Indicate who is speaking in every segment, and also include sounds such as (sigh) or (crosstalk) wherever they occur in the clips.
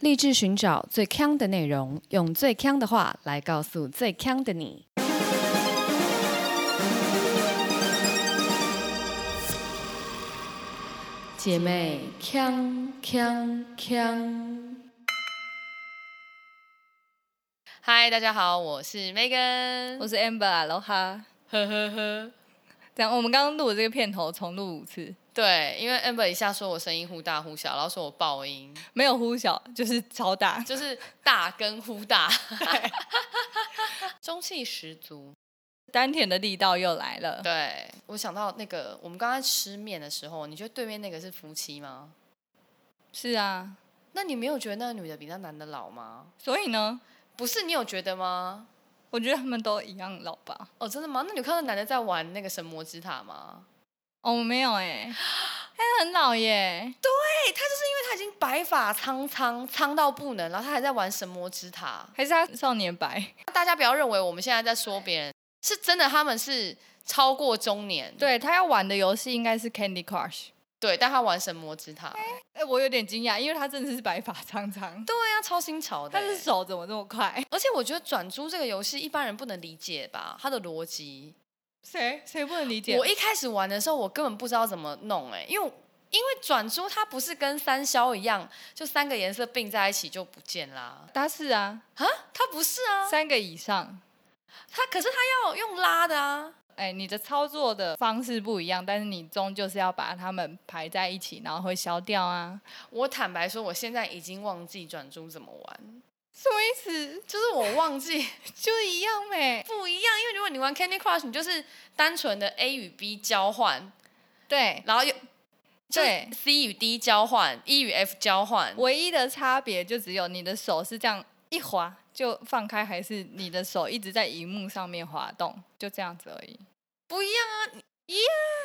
Speaker 1: 立志寻找最强的内容，用最强的话来告诉最强的你。姐妹，强强强！嗨，大家好，我是 Megan，
Speaker 2: 我是啊 Amber，Aloha。
Speaker 1: 呵呵呵。
Speaker 2: 这样，我们刚刚录的这个片头重录五次，
Speaker 1: 对，因为 Amber 一下说我声音忽大忽小，然后说我爆音，
Speaker 2: 没有呼小，就是超大。
Speaker 1: 就是大跟忽大， (laughs) 中气十足。
Speaker 2: 丹田的力道又来了。
Speaker 1: 对，我想到那个我们刚才吃面的时候，你觉得对面那个是夫妻吗？
Speaker 2: 是啊，
Speaker 1: 那你没有觉得那个女的比那男的老吗？
Speaker 2: 所以呢，
Speaker 1: 不是，你有觉得吗？
Speaker 2: 我觉得他们都一样老吧。
Speaker 1: 哦，真的吗？那你有看到男的在玩那个神魔之塔吗？
Speaker 2: 哦，我没有哎、
Speaker 1: (gasps)
Speaker 2: 他很老耶。
Speaker 1: 哎、他就是因为他已经白发苍苍，苍到不能，然后他还在玩神魔之塔。
Speaker 2: 还是他少年白？
Speaker 1: 大家不要认为我们现在在说别人，是真的，他们是超过中年，
Speaker 2: 对他要玩的游戏应该是 Candy Crush。
Speaker 1: 对，但他玩神魔之塔，
Speaker 2: 哎、我有点惊讶，因为他真的是白发苍苍，
Speaker 1: 对啊，超新潮的
Speaker 2: 他
Speaker 1: 欸、
Speaker 2: 的手怎么这么快？
Speaker 1: 而且我觉得转租这个游戏一般人不能理解吧，它的逻辑。
Speaker 2: 谁谁不能理解？
Speaker 1: 我一开始玩的时候，我根本不知道怎么弄哎、因为因为转租它不是跟三消一样，就三个颜色并在一起就不见啦
Speaker 2: 他是啊，
Speaker 1: 啊，它不是啊，
Speaker 2: 三个以上。
Speaker 1: 它可是它要用拉的啊，
Speaker 2: 哎，你的操作的方式不一样，但是你终究是要把它们排在一起，然后会消掉啊。
Speaker 1: 我坦白说，我现在已经忘记转珠怎么玩，
Speaker 2: 什么意思？
Speaker 1: 就是我忘记
Speaker 2: 就一样呗。
Speaker 1: 不一样。因为如果你玩 Candy Crush，你就是单纯的 A 与 B 交换，
Speaker 2: 对，
Speaker 1: 然后又就是
Speaker 2: 对
Speaker 1: C 与 D 交换，E 与 F 交换。
Speaker 2: 唯一的差别就只有你的手是这样一滑就放开，还是你的手一直在荧幕上面滑动，就这样子而已。
Speaker 1: 不一样啊，你一样啊。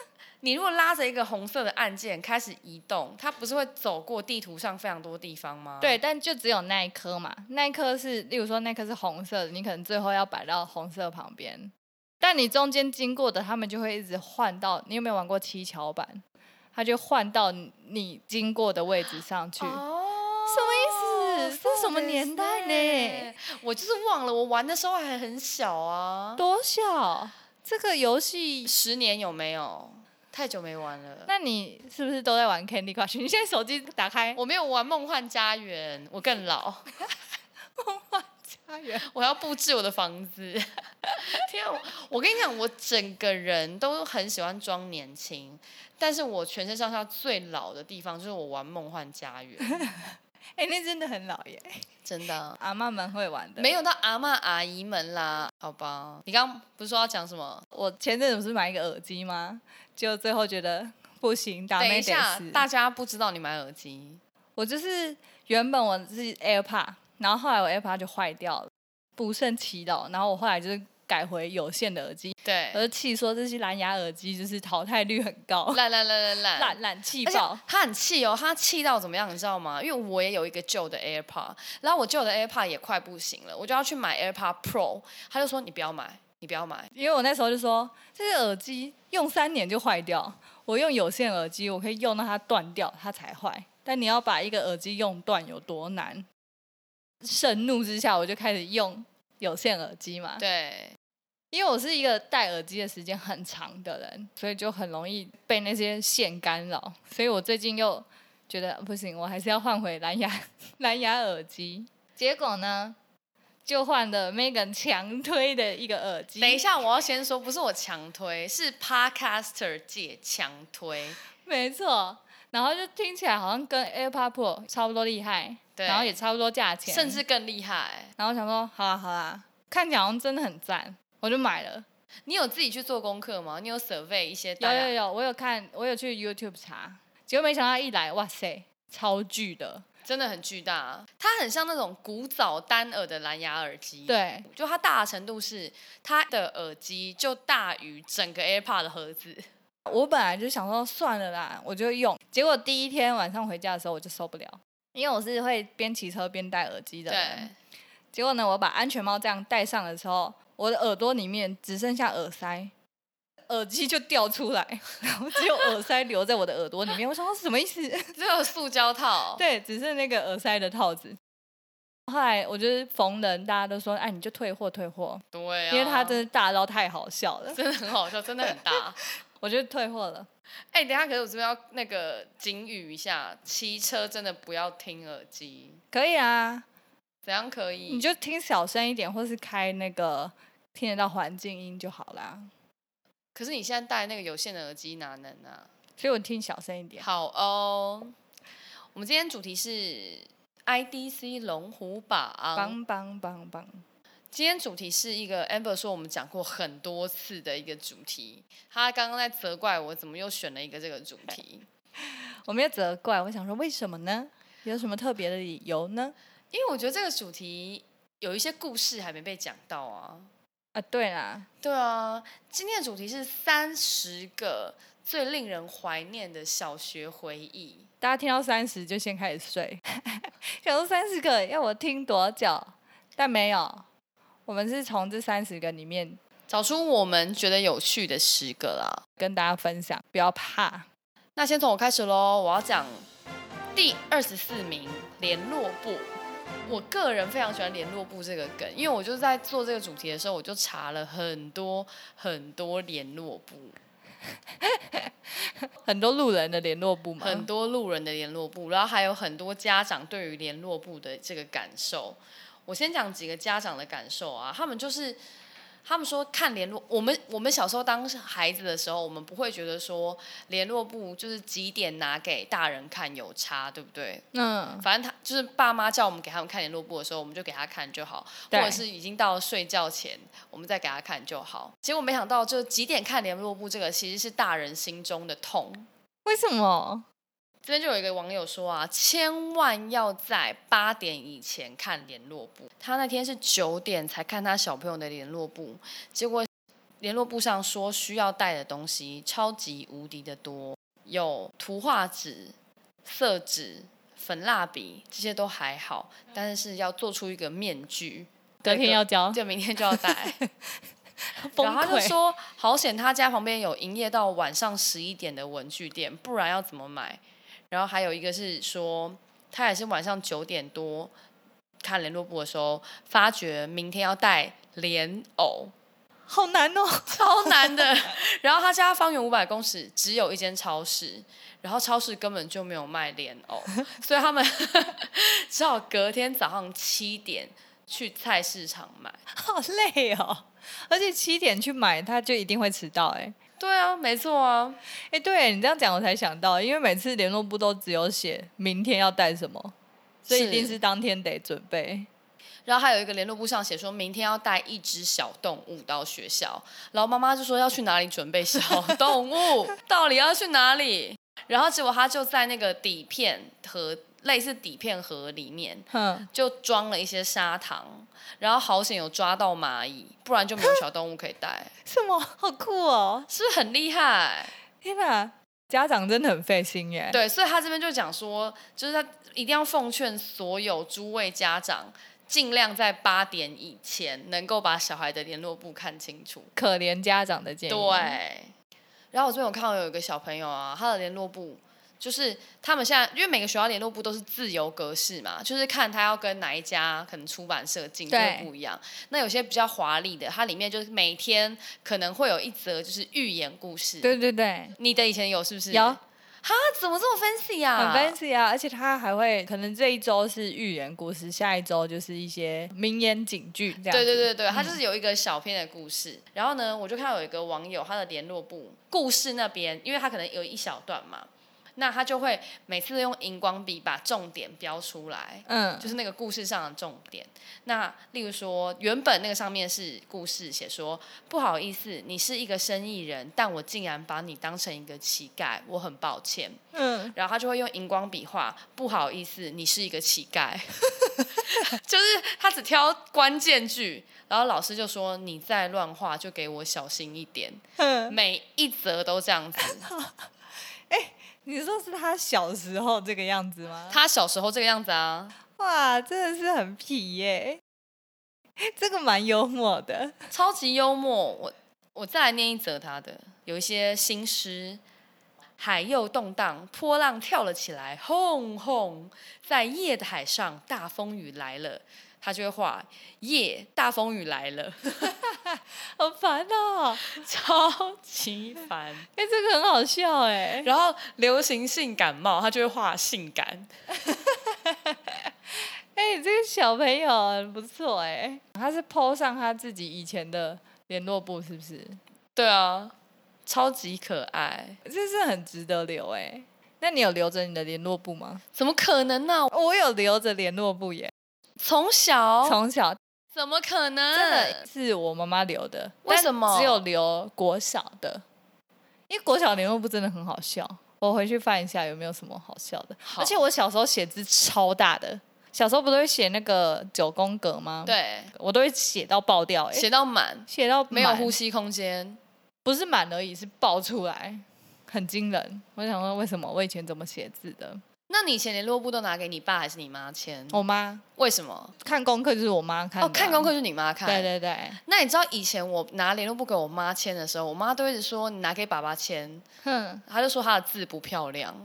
Speaker 1: 你如果拉着一个红色的按键开始移动，它不是会走过地图上非常多地方吗？
Speaker 2: 对，，但就只有那一颗嘛，那一颗是，例如说那颗是红色的，你可能最后要摆到红色旁边，但你中间经过的，他们就会一直换到。你有没有玩过七巧板？它就换到你你经过的位置上去。
Speaker 1: 哦，
Speaker 2: 什么意思这是什么年代呢
Speaker 1: そうですね？我就是忘了，我玩的时候还很小啊，
Speaker 2: 多小？这个游戏，
Speaker 1: 十年有没有？太久没玩了。
Speaker 2: 那你是不是都在玩 Candy Crush？你现在手机打开，
Speaker 1: 我没有玩《梦幻家园》，我更老，
Speaker 2: 花园
Speaker 1: 我要布置我的房子。 (laughs) 天啊！我我跟你讲，我整个人都很喜欢装年轻，但是我全身上下最老的地方就是我玩《梦幻家
Speaker 2: (laughs)
Speaker 1: 园》，
Speaker 2: 哎、那真的很老
Speaker 1: (laughs)
Speaker 2: 耶，
Speaker 1: 真的
Speaker 2: 阿妈们会玩的。
Speaker 1: 没有到阿嬷阿姨们啦，好吧？你刚刚不是说要讲什么？
Speaker 2: 我前阵子不是买一个耳机吗？就最后觉得不行，打
Speaker 1: 等
Speaker 2: 妹
Speaker 1: 一
Speaker 2: 得
Speaker 1: 下
Speaker 2: 死，。
Speaker 1: 大家不知道你买耳机，
Speaker 2: 我就是原本我是 AirPod，然后后来我 AirPod 就坏掉了，不胜其扰。然后我后来就是改回有线的耳机，
Speaker 1: 对
Speaker 2: 我，就气说这些蓝牙耳机就是淘汰率很高，
Speaker 1: 烂烂烂烂烂
Speaker 2: 烂。烂气
Speaker 1: 而且
Speaker 2: 爆。
Speaker 1: 他很气哦，他气到怎么样，你知道吗？因为我也有一个旧的 AirPod，然后我旧的 AirPod 也快不行了，我就要去买 AirPod Pro，他就说你不要买，你不要买。
Speaker 2: 因为我那时候就说，这个耳机用三年就坏掉，我用有线耳机，我可以用到它断掉，它才坏。但你要把一个耳机用断有多难？盛怒之下，我就开始用有线耳机嘛。
Speaker 1: 对，
Speaker 2: 因为我是一个戴耳机的时间很长的人，所以就很容易被那些线干扰，所以我最近又觉得不行，我还是要换回蓝牙 (laughs) 蓝牙耳机。结果呢，就换了 Megan 强推的一个耳机。
Speaker 1: 等一，下我要先说，不是我强推，是 Podcaster 界强推，
Speaker 2: 没错，然后就听起来好像跟 AirPod Pro 差不多厉害，
Speaker 1: 对
Speaker 2: 然后也差不多价钱，
Speaker 1: 甚至更厉害。
Speaker 2: 然后想说，好啦好啦，看起来好像真的很赞，我就买了。
Speaker 1: 你有自己去做功课吗？你有 survey 一些
Speaker 2: 有
Speaker 1: 大家
Speaker 2: 有有，我有看，我有去 YouTube 查，结果没想到一来，哇塞，超巨的，
Speaker 1: 真的很巨大，它很像那种古早单耳的蓝牙耳机。
Speaker 2: 对，
Speaker 1: 就它大的程度是它的耳机就大于整个 AirPod 的盒子。
Speaker 2: 我本来就想说算了啦，我就用，结果第一天晚上回家的时候我就受不了，因为我是会边骑车边戴耳机的人
Speaker 1: 对，，
Speaker 2: 结果呢，我把安全帽这样戴上的时候，我的耳朵里面只剩下耳塞，耳机就掉出来，然后只有耳塞留在我的耳朵里面。我想说什么意思？ (laughs)
Speaker 1: 只有塑胶套。
Speaker 2: 对，只是那个耳塞的套子。后来我就是逢人，大家都说，哎，你就退货退货，
Speaker 1: 对啊，
Speaker 2: 因为它真的大到太好笑了，
Speaker 1: 真的很好笑，真的很大。
Speaker 2: 我就退货了。
Speaker 1: (laughs) 哎、等一下，可是我这边要那个警语一下，骑车真的不要听耳机，
Speaker 2: 可以啊，
Speaker 1: 怎样可以？
Speaker 2: 你就听小声一点，或是开那个听得到环境音就好啦。
Speaker 1: 可是你现在戴那个有线的耳机哪能啊？
Speaker 2: 所以我听小声一点。
Speaker 1: 好哦，我们今天主题是 IDC 龙虎榜。
Speaker 2: 梆梆梆梆，
Speaker 1: 今天主题是一个 Amber 说我们讲过很多次的一个主题，他刚刚在责怪我怎么又选了一个这个主题，
Speaker 2: 我没有责怪，我想说为什么呢？有什么特别的理由呢？
Speaker 1: 因为我觉得这个主题有一些故事还没被讲到啊。
Speaker 2: 啊，对啦，
Speaker 1: 对啊，今天的主题是三十个最令人怀念的小学回忆。
Speaker 2: 大家听到三十就先开始睡， (laughs) 想说三十个要我听多久？但没有，我们是从这三十个里面
Speaker 1: 找出我们觉得有趣的十个啦。
Speaker 2: 跟大家分享，不要怕。
Speaker 1: 那先从我开始喽，我要讲第二十四名联络部。我个人非常喜欢联络部这个梗，因为我就是在做这个主题的时候，我就查了很多很多联络部，
Speaker 2: 很多路人的联络部嘛，
Speaker 1: 很多路人的联络部，然后还有很多家长对于联络部的这个感受。我先讲几个家长的感受啊，他们就是他们说看联络，我们我们小时候当孩子的时候，我们不会觉得说联络部就是几点拿给大人看有差，对不对？
Speaker 2: 嗯，
Speaker 1: 反正他就是爸妈叫我们给他们看联络簿的时候，我们就给他看就好，或
Speaker 2: 对
Speaker 1: 者是已经到了睡觉前，我们再给他看就好。结果没想到，就几点看联络簿这个其实是大人心中的痛。
Speaker 2: 为什么？
Speaker 1: 这边就有一个网友说啊，千万要在八点以前看联络簿。他那天是九点才看他小朋友的联络簿，结果联络簿上说需要带的东西超级无敌的多，有图画纸、色纸、粉蜡笔，这些都还好，但是要做出一个面具，
Speaker 2: 隔天要交，
Speaker 1: 就明天就要带。
Speaker 2: 崩
Speaker 1: 然后他就
Speaker 2: 溃。
Speaker 1: 说，好险他家旁边有营业到晚上十一点的文具店，不然要怎么买？然后还有一个是说，他也是晚上九点多看联络簿的时候，发觉明天要带莲藕，
Speaker 2: 好难哦， (laughs)
Speaker 1: 超难的。然后他家方圆五百公尺只有一间超市，然后超市根本就没有卖莲藕，所以他们 (laughs) 只好隔天早上七点去菜市场买。
Speaker 2: 好累哦，而且七点去买，他就一定会迟到、哎。
Speaker 1: 对啊，没错啊。
Speaker 2: 哎、对你这样讲，我才想到，因为每次联络部都只有写明天要带什么，所以一定
Speaker 1: 是
Speaker 2: 是当天得准备。
Speaker 1: 然后还有一个联络簿上写说明天要带一只小动物到学校，然后妈妈就说要去哪里准备小动物，到底要去哪里？然后结果他就在那个底片盒，类似底片盒里面
Speaker 2: 哼，
Speaker 1: 就装了一些砂糖，然后好险有抓到蚂蚁，不然就没有小动物可以带，
Speaker 2: 什么？好酷哦！
Speaker 1: 是不是很厉害？
Speaker 2: 天哪，家长真的很费心耶。
Speaker 1: 对，所以他这边就讲说，就是他一定要奉劝所有诸位家长，尽量在八点以前能够把小孩的联络簿看清楚。
Speaker 2: 可怜家长的建议。，
Speaker 1: 对。然后我这边有看到有一个小朋友啊，他的联络部就是他们现在，因为每个学校联络部都是自由格式嘛，就是看他要跟哪一家可能出版社进，就
Speaker 2: 对
Speaker 1: 会不一样。那有些比较华丽的，它里面就是每天可能会有一则就是寓言故事。
Speaker 2: 对对对，
Speaker 1: 你的以前有是不是？
Speaker 2: 有
Speaker 1: 哈，怎么这么 fancy 啊？
Speaker 2: 很 fancy 啊，而且他还会，可能这一周是寓言故事，下一周就是一些名言警句这样。嗯
Speaker 1: 对对。对对，它就是有一个小篇的故事。然后呢，我就看到有一个网友他的联络部故事那边，因为他可能有一小段嘛，那他就会每次用荧光笔把重点标出来。
Speaker 2: 嗯，
Speaker 1: 就是那个故事上的重点。那例如说，原本那个上面是故事写说，不好意思，你是一个生意人，但我竟然把你当成一个乞丐，我很抱歉。
Speaker 2: 嗯，
Speaker 1: 然后他就会用荧光笔画，不好意思，你是一个乞丐， (laughs) 就是他只挑关键句，然后老师就说你再乱画就给我小心一点，
Speaker 2: 嗯，
Speaker 1: 每一则都这样子。
Speaker 2: 你说是他小时候这个样子吗？
Speaker 1: 他小时候这个样子啊，
Speaker 2: 哇，真的是很 (laughs) 皮耶、这个蛮幽默的。 (laughs)
Speaker 1: 超级幽默，我我再来念一则他的，有一些新诗。海又动荡，波浪跳了起来，轰轰！在夜的海上，大风雨来了，他就会画夜大风雨来了，
Speaker 2: 好烦哦！
Speaker 1: 超级烦。
Speaker 2: 哎、这个很好笑哎、
Speaker 1: 然后流行性感冒，他就会画性感。
Speaker 2: 哎、这个小朋友很不错哎、他是 PO 上他自己以前的联络簿是不是？
Speaker 1: 对啊，超级可爱。
Speaker 2: 这是很值得留哎、那你有留着你的联络簿吗？
Speaker 1: 怎么可能呢、
Speaker 2: 我有留着联络簿耶，
Speaker 1: 从小
Speaker 2: 从小
Speaker 1: 怎么可能？
Speaker 2: 真的是我妈妈留的，
Speaker 1: 嗯为
Speaker 2: 但
Speaker 1: 什么
Speaker 2: 只有留国小的，因为国小联络簿真的很好笑。我回去翻一下有没有什么好笑的。
Speaker 1: 好
Speaker 2: 而且我小时候写字超大的，小时候不都会写那个九宫格吗？，
Speaker 1: 对，
Speaker 2: 我都会写到爆掉、欸，
Speaker 1: 写到满，
Speaker 2: 写到
Speaker 1: 没有
Speaker 2: 满
Speaker 1: 呼，吸空间。
Speaker 2: 不是满而已，是爆出来，很惊人。我想问为什么我以前怎么写字的？
Speaker 1: 那你以前联络簿都拿给你爸还是你妈签？
Speaker 2: 我妈
Speaker 1: 为什么？
Speaker 2: 看功课就是我妈哦看的
Speaker 1: 哦，
Speaker 2: 啊、
Speaker 1: 看功课就是你妈看。
Speaker 2: 对对对，
Speaker 1: 那你知道以前我拿联络簿给我妈签的时候，我妈都一直说你拿给爸爸签，
Speaker 2: 哼，
Speaker 1: 她就说她的字不漂亮，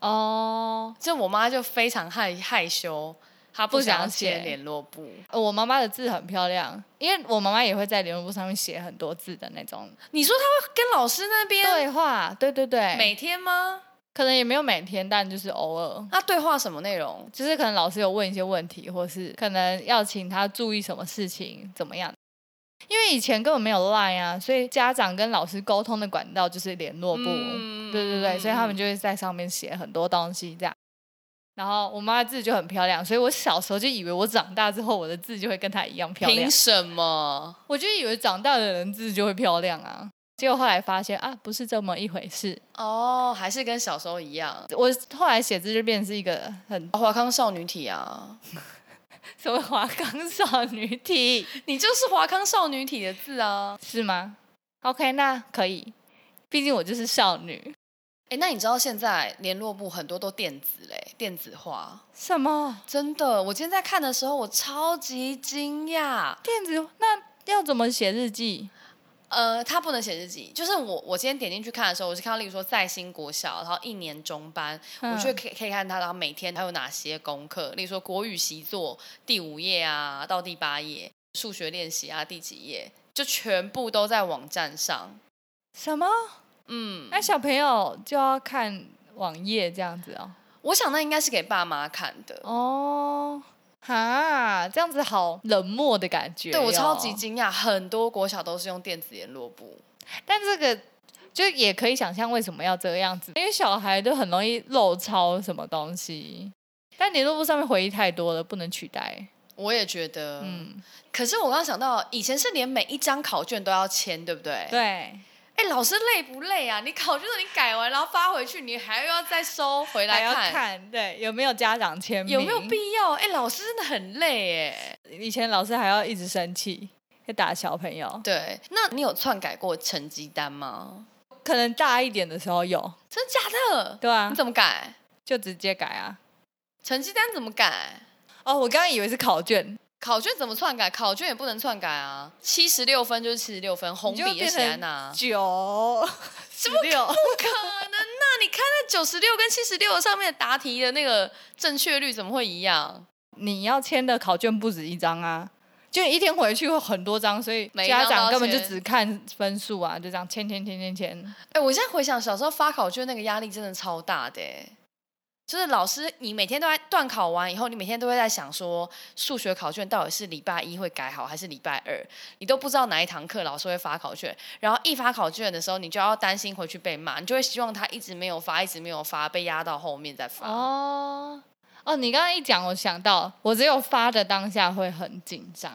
Speaker 2: 哦，
Speaker 1: 就我妈就非常害害羞，她不
Speaker 2: 不想
Speaker 1: 想要签
Speaker 2: 写
Speaker 1: 联络簿。
Speaker 2: 我妈妈的字很漂亮，因为我妈妈也会在联络簿上面写很多字的那种
Speaker 1: 你说她会跟老师那边
Speaker 2: 对话，对对对，
Speaker 1: 每天吗？
Speaker 2: 可能也没有每天，但就是偶尔，
Speaker 1: 那对话什么内容？
Speaker 2: 就是可能老师有问一些问题，或是可能要请她注意什么事情，怎么样。因为以前根本没有 Line 啊，所以家长跟老师沟通的管道就是联络簿，
Speaker 1: 嗯
Speaker 2: 对对对，所以他们就会在上面写很多东西这样。然后我妈的字就很漂亮，所以我小时候就以为我长大之后我的字就会跟她一样漂亮
Speaker 1: 凭。什么？
Speaker 2: 我就以为长大的人字就会漂亮啊，结果后来发现啊，不是这么一回事。
Speaker 1: 哦，还是跟小时候一样，
Speaker 2: 我后来写字就变成是一个很
Speaker 1: 华康少女体啊，
Speaker 2: 所谓华冈少女体，
Speaker 1: 你就是华康少女体的字啊。
Speaker 2: 是吗？OK，那可以，毕竟我就是少女。
Speaker 1: 哎，那你知道现在联络簿很多都电子嘞，电子化，
Speaker 2: 什么
Speaker 1: 真的。我今天在看的时候，我超级惊讶。
Speaker 2: 电子？那要怎么写日记？
Speaker 1: 呃，它不能写日记，就是我我今天点进去看的时候，我是看到，例如说在新国小，然后一年中班，我
Speaker 2: 嗯
Speaker 1: 就可以可以看它，然后每天它有哪些功课，例如说国语习作第五页啊到第八页，数学练习啊第几页，就全部都在网站上。
Speaker 2: 什么？
Speaker 1: 嗯，
Speaker 2: 那小朋友就要看网页这样子哦。
Speaker 1: 我想那应该是给爸妈看的。
Speaker 2: 哦，哈，这样子好冷漠的感觉、
Speaker 1: 对我超
Speaker 2: 哦
Speaker 1: 级惊讶，很多国小都是用电子联络簿。
Speaker 2: 但这个就也可以想象为什么要这样子，因为小孩都很容易漏抄什么东西。但联络簿上面回忆太多了，不能取代。
Speaker 1: 我也觉得，嗯。
Speaker 2: 嗯，
Speaker 1: 可是我刚刚想到，以前是连每一张考卷都要签，对不对？。
Speaker 2: 对，
Speaker 1: 哎，老师累不累啊？你考卷都已经改完，然后发回去，你还要再收回
Speaker 2: 还
Speaker 1: 来
Speaker 2: 要
Speaker 1: 看，
Speaker 2: 看对有没有家长签名，
Speaker 1: 有没有必要？哎，老师真的很累哎。
Speaker 2: 以前老师还要一直生气，会打小朋友。
Speaker 1: 对，那你有篡改过成绩单吗？
Speaker 2: 可能大一点的时候有，
Speaker 1: 真假的？
Speaker 2: 对啊
Speaker 1: 你，怎么改？
Speaker 2: 就直接改啊。
Speaker 1: 成绩单怎么改？
Speaker 2: 哦，我刚刚以为是考卷，
Speaker 1: 考卷怎么篡改？考卷也不能篡改啊！七十六分就是七十六分，红
Speaker 2: 你就
Speaker 1: 笔就
Speaker 2: 变
Speaker 1: 写在
Speaker 2: 成
Speaker 1: 那。
Speaker 2: 九十六，
Speaker 1: 可能呐、你看那九十六跟七十六上面的答题的那个正确率怎么会一样？
Speaker 2: 你要签的考卷不止一张啊，就一天回去会很多张，所以
Speaker 1: 每一张
Speaker 2: 家
Speaker 1: 都要
Speaker 2: 长根本就
Speaker 1: 签
Speaker 2: 只看分数啊，就这样签签签签签。
Speaker 1: 哎、我现在回想小时候发考卷那个压力真的超大的、欸，就是老师你每天都在段考完以后，你每天都会在想说数学考卷到底是礼拜一会改好还是礼拜二，你都不知道哪一堂课老师会发考卷，然后一发考卷的时候，你就要担心回去被骂，你就会希望他一直没有发，一直没有发，被压到后面再发。
Speaker 2: 哦哦，你刚刚一讲，我想到，我只有发的当下会很紧张，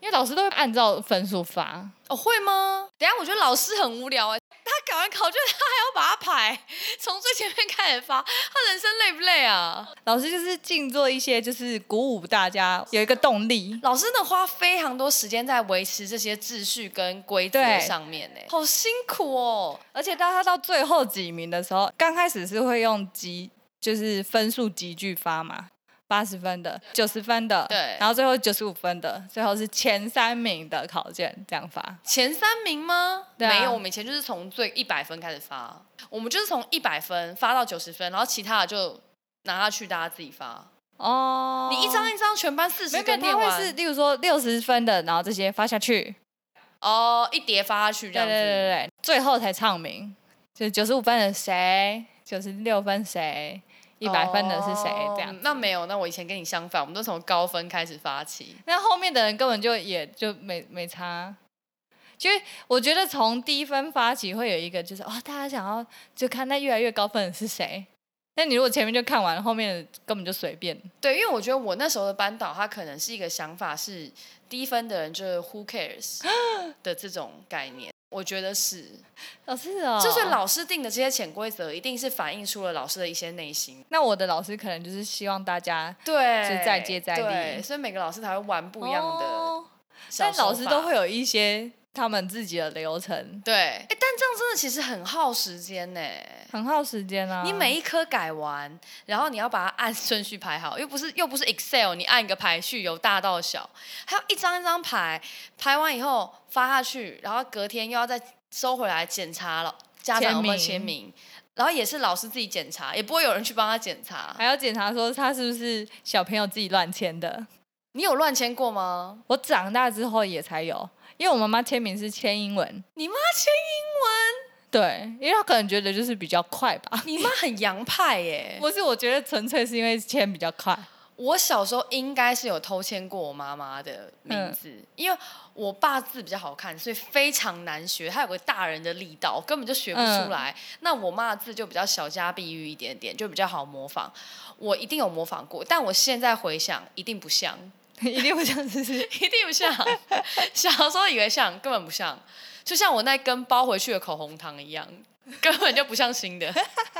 Speaker 2: 因为老师都会按照分数发。
Speaker 1: 哦，会吗？等一下，我觉得老师很无聊哎、他改完考卷，他还要把它排，从最前面开始发，他人生累不累啊？
Speaker 2: 老师就是尽做一些，就是鼓舞大家有一个动力。
Speaker 1: 老师呢花非常多时间在维持这些秩序跟规则
Speaker 2: 对
Speaker 1: 上面呢、好辛苦哦。
Speaker 2: 而且当他到最后几名的时候，刚开始是会用集，就是分数集聚发嘛，八十分的、九十分的，
Speaker 1: 对
Speaker 2: 然后最后九十五分的，最后是前三名的考卷这样发。
Speaker 1: 前三名吗？
Speaker 2: 对啊
Speaker 1: 没有，我们以前就是从最一百分开始发，我们就是从一百分发到九十分，然后其他的就拿下去大家自己发。
Speaker 2: 哦，
Speaker 1: 你一张一张全班四
Speaker 2: 没
Speaker 1: 十
Speaker 2: 有没
Speaker 1: 个
Speaker 2: 有，他
Speaker 1: 念
Speaker 2: 会是
Speaker 1: 完，
Speaker 2: 例如说六十分的，然后这些发下去，
Speaker 1: 哦，一叠发下去这
Speaker 2: 对对
Speaker 1: 样子。
Speaker 2: 对对对，最后才唱名，就是九十五分的谁，九十六分谁，一百分的是谁、这样
Speaker 1: 哦。那没有，那我以前跟你相反，我们都从高分开始发起。
Speaker 2: 那后面的人根本就也就没没差。就是我觉得从低分发起会有一个，就是哦，大家想要就看那越来越高分的是谁。那你如果前面就看完，后面的根本就随便。
Speaker 1: 对，因为我觉得我那时候的班导，他可能是一个想法是低分的人就是 who
Speaker 2: (gasps)
Speaker 1: cares 的这种概念。我觉得是，
Speaker 2: 老师哦，
Speaker 1: 就是。老师定的这些潜规则，一定是反映出了老师的一些内心。
Speaker 2: 那我的老师可能就是希望大家
Speaker 1: 对，
Speaker 2: 是再接再厉
Speaker 1: 对所以每个老师才会玩不一样的
Speaker 2: 哦
Speaker 1: 小
Speaker 2: 但
Speaker 1: 手法。
Speaker 2: 老师都会有一些他们自己的流程，
Speaker 1: 对，哎，但这样真的其实很耗时间呢。
Speaker 2: 很耗时 (laughs) 间啊。
Speaker 1: 你每一科改完，然后你要把它按顺序排好，又 (laughs) 不是又不是 Excel，你按一个排序由大到小，还要一张一张排，排完以后发下去，然后隔天又要再收回来检查了，家长有没有
Speaker 2: 签
Speaker 1: 签
Speaker 2: 名
Speaker 1: 名，然后也是老师自己检查，也不会有人去帮他检查。
Speaker 2: 还要检查说他是不是小朋友自己乱签的。
Speaker 1: 你有乱签过吗？
Speaker 2: 我长大之后也才有，因为我妈妈签名是签英文，
Speaker 1: 你妈签英
Speaker 2: 对，因为她可能觉得就是比较快
Speaker 1: (laughs)
Speaker 2: 吧。
Speaker 1: 文，你妈很洋派耶、我
Speaker 2: 不是，我觉得纯粹是因为签比较快。
Speaker 1: 我小时候应该是有偷签过我妈妈的名字，因为我爸字比较好看，所以非常难学，他有个大人的力道，根本就学不出来。那我妈的字就比较小家碧玉一点点，就比较好模仿。我一定有模仿过，但我现在回想，一定不像， (laughs)
Speaker 2: 一定会这样子是，
Speaker 1: 一定不像。小时候以为像，根本不像，就像我那根包回去的口红糖一样，根本就不像新的。
Speaker 2: (laughs)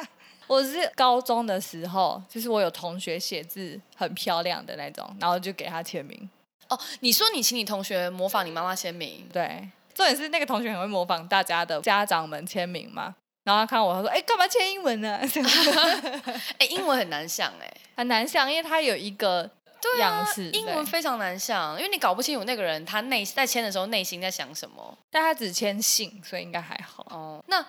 Speaker 2: 我是高中的时候，就是我有同学写字很漂亮的那种，然后就给他签名。
Speaker 1: 哦，你说你请你同学模仿你妈妈签名，
Speaker 2: 对，重点是那个同学很会模仿大家的家长们签名嘛，然后他看我，他说：“哎、干嘛签英文呢、 (laughs) 这样
Speaker 1: 哎，英文很难像哎、
Speaker 2: 很难像，因为他有一个样式，
Speaker 1: 啊英文
Speaker 2: 对
Speaker 1: 非常难想，因为你搞不清楚那个人他内在签的时候内心在想什么。
Speaker 2: 但他只签姓，所以应该还好。
Speaker 1: 哦，那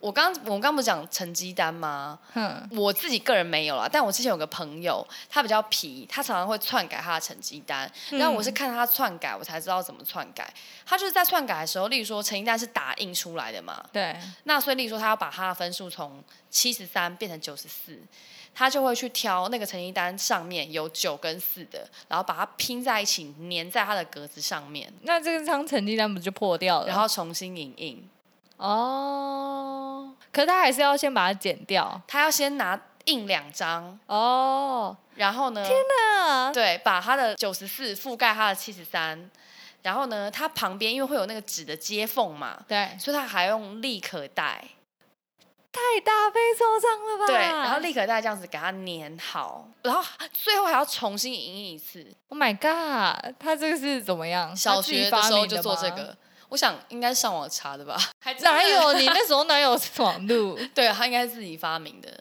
Speaker 1: 我刚我刚不是讲成绩单吗？
Speaker 2: 哼，
Speaker 1: 我自己个人没有啦，但我之前有个朋友，他比较皮，他常常会篡改他的成绩单。
Speaker 2: 嗯
Speaker 1: 然后我是看他篡改，我才知道怎么篡改。他就是在篡改的时候，例如说成绩单是打印出来的嘛，
Speaker 2: 对，
Speaker 1: 那所以例如说他要把他的分数从七十三变成九十四，他就会去挑那个成绩单上面有九跟四的，然后把它拼在一起，粘在他的格子上面，
Speaker 2: 那这张成绩单不就破掉了？
Speaker 1: 然后重新影印。
Speaker 2: 哦，可是他还是要先把它剪掉。
Speaker 1: 他要先拿印两张，
Speaker 2: 哦，啊
Speaker 1: 然后呢，
Speaker 2: 那
Speaker 1: 对，把他的九十四覆盖他的七十三，然后呢，他旁边因为会有那个纸的接缝嘛，
Speaker 2: 对，
Speaker 1: 所以他还用立可带，
Speaker 2: 太大费周章了吧？
Speaker 1: 对，然后立可带这样子给它粘好，然后最后还要重新影印一次。
Speaker 2: ，Oh my God，他这个是怎么样？
Speaker 1: 小
Speaker 2: 他自己
Speaker 1: 学的
Speaker 2: 发
Speaker 1: 时候
Speaker 2: 明
Speaker 1: 就做这
Speaker 2: 吗。
Speaker 1: 个，我想应该上网查的吧？还真的
Speaker 2: 哪？有你那时候哪有网 (laughs) 路？
Speaker 1: 对他应该是自己发明的，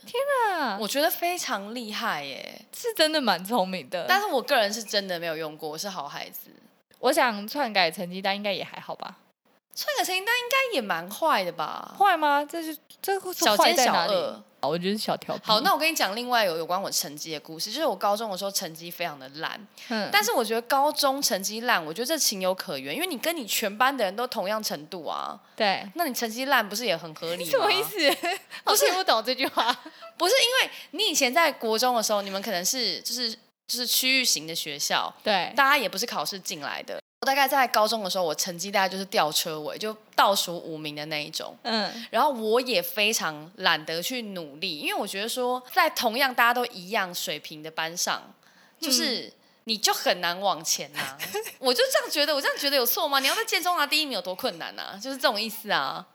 Speaker 2: 啊，
Speaker 1: 我觉得非常厉害耶。
Speaker 2: 是真的蛮聪明的。
Speaker 1: 但是我个人是真的没有用过，我是好孩子。
Speaker 2: 我想篡改成绩单应该也还好吧？
Speaker 1: 篡改成绩单应该也蛮坏的吧？
Speaker 2: 坏吗？这就这个
Speaker 1: 小
Speaker 2: 坏
Speaker 1: 奸
Speaker 2: 在
Speaker 1: 小
Speaker 2: 哪里嗯
Speaker 1: 恶。
Speaker 2: 好我觉得是小调皮。
Speaker 1: 好，那我跟你讲另外有有关我成绩的故事，就是我高中的时候成绩非常的烂，
Speaker 2: 嗯
Speaker 1: 但是我觉得高中成绩烂，我觉得这情有可原，因为你跟你全班的人都同样程度啊，
Speaker 2: 对，
Speaker 1: 那你成绩烂不是也很合理吗？
Speaker 2: (laughs) 什么意？思？我听 (laughs) 不懂这句话。
Speaker 1: 不是因为你以前在国中的时候，你们可能是就是就是区域型的学校，
Speaker 2: 对，
Speaker 1: 大家也不是考试进来的。我大概在高中的时候，我成绩大概就是吊车尾，就倒数五名的那一种。
Speaker 2: (laughs) 嗯，
Speaker 1: 然后我也非常懒得去努力，因为我觉得说，在同样大家都一样水平的班上，就是。你就很难往前呐、我就这样觉得，我这样觉得有错吗？你要在建中拿第一名有多困难呐、就是这种意思啊。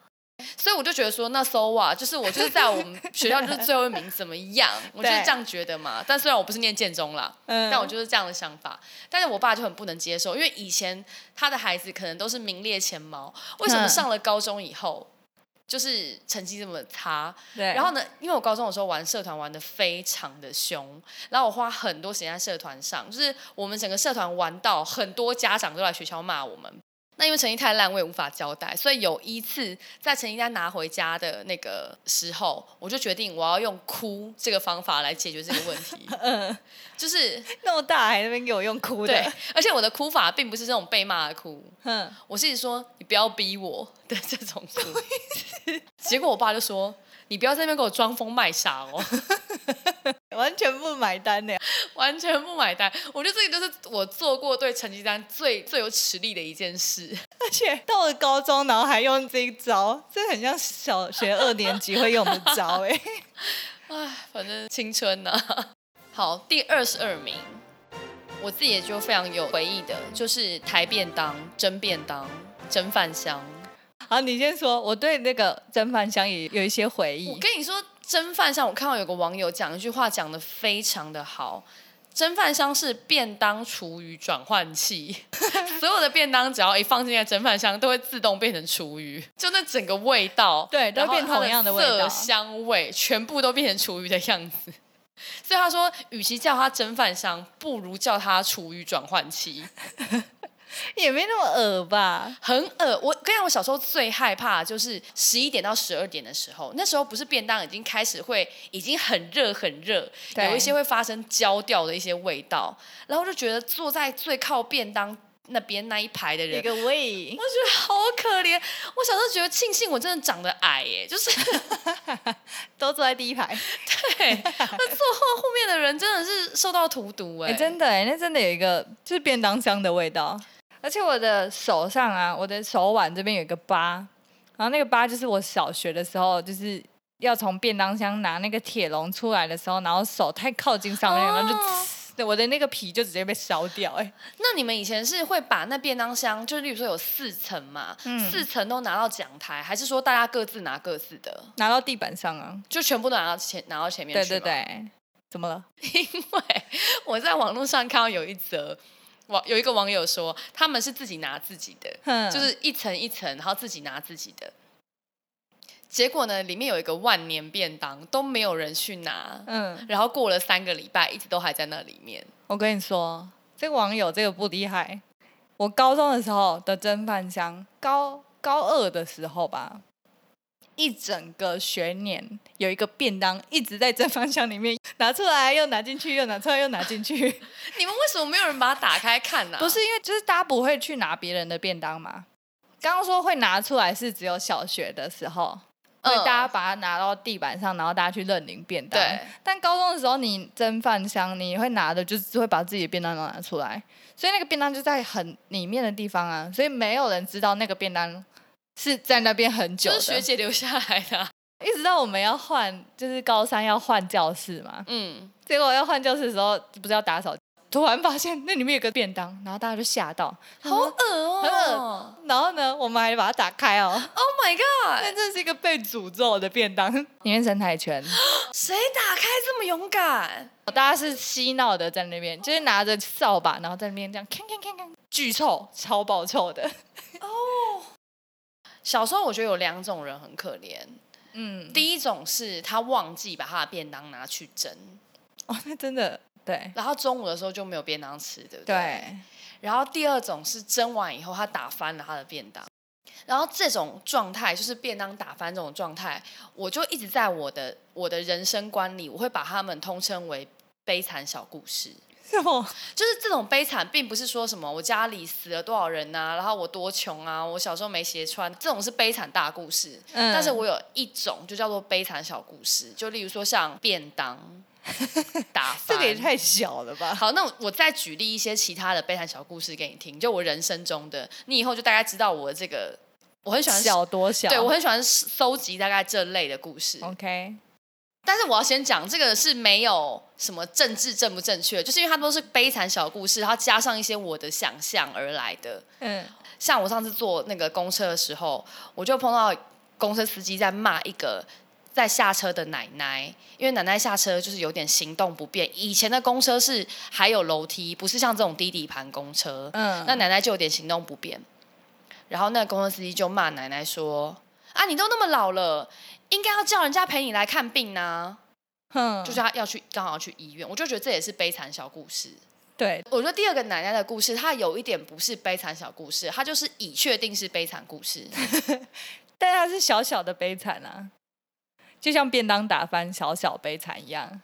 Speaker 1: 所以我就觉得说，那 so what，就是我就是在我们学校就是最后一名，怎么样？我就是
Speaker 2: 对
Speaker 1: 这样觉得嘛。但虽然我不是念建中啦，
Speaker 2: 嗯
Speaker 1: 但我就是这样的想法。但是我爸就很不能接受，因为以前他的孩子可能都是名列前茅，为什么
Speaker 2: 嗯
Speaker 1: 上了高中以后，就是成绩这么差。
Speaker 2: 对，
Speaker 1: 然后呢，因为我高中的时候玩社团玩的非常的凶，然后我花很多时间在社团上，就是我们整个社团玩到很多家长都来学校骂我们。那因为成绩太烂，我也无法交代，所以有一次在成绩单拿回家的那个时候，我就决定我要用哭这个方法来解决这个问题。 (laughs)
Speaker 2: 嗯
Speaker 1: 就是
Speaker 2: (laughs) 那么大还在那边给我用哭
Speaker 1: 对 (laughs)
Speaker 2: (laughs) 的，，
Speaker 1: 而且我的哭法并不是这种被骂的哭，
Speaker 2: 嗯，
Speaker 1: 我是一直说你不要逼我的这种哭。结果我爸就说你不要在那边给我装疯卖傻哦。 (laughs)
Speaker 2: 完全不买单的，
Speaker 1: 完全不买单。我觉得这个就是我做过对成绩单最最有耻力的一件事。
Speaker 2: (laughs) 而且到了高中，然后还用这一招，这很像小学二年级会用的招哎、 (laughs)
Speaker 1: 唉，反正青春呐、 (laughs) 好，第二十二名，我自己也就非常有回忆的，就是台便当、蒸便当、蒸饭箱。
Speaker 2: 好，你先说，我对那个蒸饭箱也有一些回
Speaker 1: 我
Speaker 2: 忆。
Speaker 1: 跟你说，蒸饭箱，我看到有个网友讲一句话，讲的非常的好。蒸饭箱是便当厨余转换
Speaker 2: (laughs)
Speaker 1: 器，所有的便当只要一放进在蒸饭箱，都会自动变成厨余，就那整个味道，
Speaker 2: 对都
Speaker 1: 然后
Speaker 2: 变
Speaker 1: 它的
Speaker 2: 同样的味
Speaker 1: 色
Speaker 2: 道
Speaker 1: 香味全部都变成厨余的样子。所以他说，与其叫它蒸饭箱，不如叫它厨余转换器。
Speaker 2: 也没那么恶吧？
Speaker 1: 很恶。我跟你讲，我小时候最害怕的就是十一点到十二点的时候，那时候不是便当已经开始会已经很热很热，
Speaker 2: 对
Speaker 1: 有一些会发生焦掉的一些味道，然后就觉得坐在最靠便当那边那一排的人。
Speaker 2: 个胃
Speaker 1: 我，觉得好可怜，我小时候觉得庆幸我真的长得矮耶，就是
Speaker 2: (laughs) (laughs) 都坐在第一排。
Speaker 1: 对，那坐后后面的人真的是受到荼毒
Speaker 2: 哎、
Speaker 1: 哎、
Speaker 2: 真的哎、那真的有一个就是便当箱的味道。而且我的手上啊，我的手腕这边有一个疤，然后那个疤就是我小学的时候，就是要从便当箱拿那个铁笼出来的时候，然后手太靠近上面，然后就
Speaker 1: 哦
Speaker 2: 呲对我的那个皮就直接被烧掉、哎，
Speaker 1: 那你们以前是会把那便当箱，就是例如说有四层嘛，
Speaker 2: 嗯
Speaker 1: 四层都拿到讲台，还是说大家各自拿各自的？
Speaker 2: 拿到地板上啊。
Speaker 1: 就全部都拿到前拿到前面
Speaker 2: 对
Speaker 1: 去
Speaker 2: 对
Speaker 1: 吗，
Speaker 2: 对，怎么了？
Speaker 1: 因为 (laughs) 我在网络上看到有一则网有一个网友说，他们是自己拿自己的，
Speaker 2: 哼
Speaker 1: 就是一层一层，然后自己拿自己的。结果呢，里面有一个万年便当都没有人去拿，
Speaker 2: 嗯，
Speaker 1: 然后过了三个礼拜，一直都还在那里面。
Speaker 2: 我跟你说，这个网友这个不厉害。我高中的时候的蒸饭箱，高高二的时候吧，一整个学年有一个便当一直在蒸饭箱里面拿出来，又拿进去，又拿出来，又拿进去。
Speaker 1: 你们为什么没有人把它打开看呢、
Speaker 2: (laughs)
Speaker 1: 啊
Speaker 2: 不是因为就是大家不会去拿别人的便当嘛？刚刚说会拿出来是只有小学的时候，
Speaker 1: 嗯
Speaker 2: 所以大家把它拿到地板上，然后大家去认领便当。
Speaker 1: 对，
Speaker 2: 但高中的时候，你蒸饭箱，你会拿的就是会把自己的便当拿出来，所以那个便当就在很里面的地方啊，所以没有人知道那个便当是在那边很久
Speaker 1: 就
Speaker 2: 的。
Speaker 1: 是学姐留下来的啊、
Speaker 2: 一直到我们要换，就是高三要换教室嘛，
Speaker 1: 嗯，
Speaker 2: 结果要换教室的时候，不是要打扫，突然发现那里面有个便当，然后大家就吓到，
Speaker 1: 好恶
Speaker 2: 很
Speaker 1: 哦、
Speaker 2: 恶然后呢，我们还把它打开哦， (laughs)
Speaker 1: o h my god！
Speaker 2: 那真是一个被诅咒的便当，里面生态圈。
Speaker 1: 谁打开这么勇敢？
Speaker 2: 大家是嬉闹的在那边，就是拿着扫把，然后在那边这样锵锵锵锵，巨臭，超爆臭的。
Speaker 1: 小时候我觉得有两种人很可怜，
Speaker 2: (laughs) 嗯，
Speaker 1: 第一种是他忘记把他的便当拿去蒸，
Speaker 2: 哦，那真的对
Speaker 1: 然后中午的时候就没有便当吃，对不对？
Speaker 2: 对，
Speaker 1: 然后第二种是蒸完以后他打翻了他的便当，然后这种状态就是便当打翻这种状态，我就一直在我的我的人生观里，我会把他们通称为悲惨小故事。
Speaker 2: 什么？
Speaker 1: 就是这种悲惨，并不是说什么我家里死了多少人呐、然后我多穷啊，我小时候没鞋穿，这种是悲惨大故事。
Speaker 2: 嗯
Speaker 1: 但是我有一种就叫做悲惨小故事，就例如说像便当打翻。
Speaker 2: (laughs) (laughs) 这个也太小了吧？
Speaker 1: 好，那我我再举例一些其他的悲惨小故事给你听，就我人生中的，你以后就大概知道我这个，我很喜欢，
Speaker 2: 小多小？
Speaker 1: 对我很喜欢搜集大概这类的故事。
Speaker 2: OK，
Speaker 1: 但是我要先讲，这个是没有什么政治正不正确，就是因为它都是悲惨小故事，然后加上一些我的想象而来的。
Speaker 2: 嗯，
Speaker 1: 像我上次坐那个公车的时候，我就碰到公车司机在骂一个在下车的奶奶，因为奶奶下车就是有点行动不便。以前的公车是还有楼梯，不是像这种低底盘公车。
Speaker 2: 嗯
Speaker 1: 那奶奶就有点行动不便，然后那个公车司机就骂奶奶说：“啊，啊，你都那么老了，应该要叫人家陪你来看病呐、
Speaker 2: 哼，
Speaker 1: 就是他要去刚好去医院，我就觉得这也是悲惨小故事。
Speaker 2: 对， (laughs)
Speaker 1: 我觉得第二个奶奶的故事，它有一点不是悲惨小故事，它就是已确定是悲惨故事。
Speaker 2: 但它是小小的悲惨啊，就像便当打翻小小悲惨一样。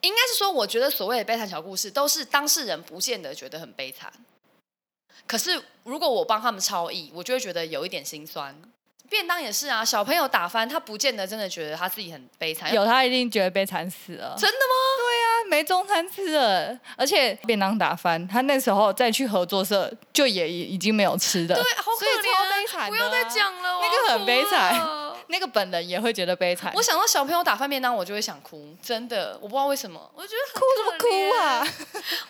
Speaker 1: 应该是说，我觉得所谓的悲惨小故事，都是当事人不见得觉得很悲惨，可是如果我帮他们超译，我就会觉得有一点心酸。便当也是啊，小朋友打翻，他不见得真的觉得他自己很悲惨。
Speaker 2: 有他一定觉得悲惨死了，
Speaker 1: 真的吗？
Speaker 2: 他没中餐吃了，而且便当打翻，他那时候再去合作社就也已已经没有吃的，
Speaker 1: 对，好可
Speaker 2: 所以超悲
Speaker 1: 怜、
Speaker 2: 惨的啊
Speaker 1: 不要再讲了，
Speaker 2: 那个
Speaker 1: 我要
Speaker 2: 很悲
Speaker 1: 哭
Speaker 2: 惨
Speaker 1: 了
Speaker 2: 那个本人也会觉得悲惨。
Speaker 1: 我想到小朋友打翻便当，我就会想哭，真的，我不知道为什么，我就觉得
Speaker 2: 哭什么哭啊？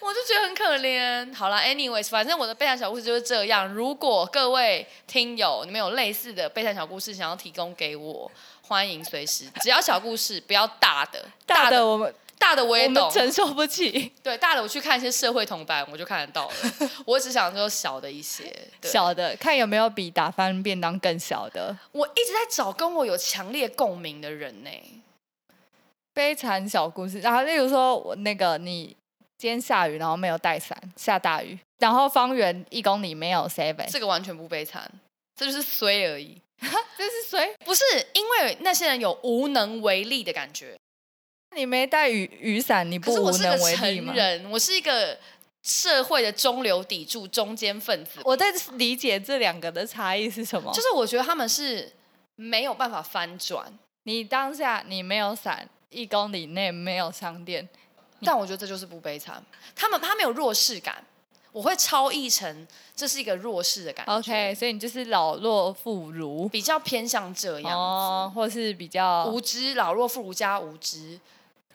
Speaker 1: 我就觉得很可怜。好啦 a n y w a y s 反正我的悲惨小故事就是这样。如果各位听友你们有类似的悲惨小故事想要提供给我，欢迎随时，只要小故事，不要大的，
Speaker 2: 大
Speaker 1: 的
Speaker 2: 的我们
Speaker 1: 大的我也
Speaker 2: 我们
Speaker 1: 懂，
Speaker 2: 承受不起， (laughs)
Speaker 1: 对大的我去看一些社会同版，我就看得到了。我只想说小的一些，对
Speaker 2: 小的看有没有比打翻便当更小的
Speaker 1: 我一直在找跟我有强烈共鸣的人呢、
Speaker 2: 悲惨小故事。然后例如说我那个你今天下雨，然后没有带伞，下大雨，然后方圆一公里没有 seven，
Speaker 1: 这个完全不悲惨，这就是衰而已。
Speaker 2: 这是谁？
Speaker 1: 不是因为那些人有无能为力的感觉，
Speaker 2: 你没带雨雨伞，你不
Speaker 1: 可是我
Speaker 2: 无
Speaker 1: 是
Speaker 2: 能
Speaker 1: 个
Speaker 2: 为力吗
Speaker 1: 成？人，我是一个社会的中流砥柱、中间分子，
Speaker 2: 我在理解这两个的差异是什么？
Speaker 1: 就是我觉得他们是没有办法翻转，
Speaker 2: 你当下你没有伞，一公里内没有商店，
Speaker 1: 但我觉得这就是不悲惨，他们他没有弱势感，我会超译成这是一个弱势的感觉
Speaker 2: OK，所以你就是老弱妇孺
Speaker 1: 比较偏向这样子。
Speaker 2: 哦，或是比较
Speaker 1: 无知老弱妇孺加无知，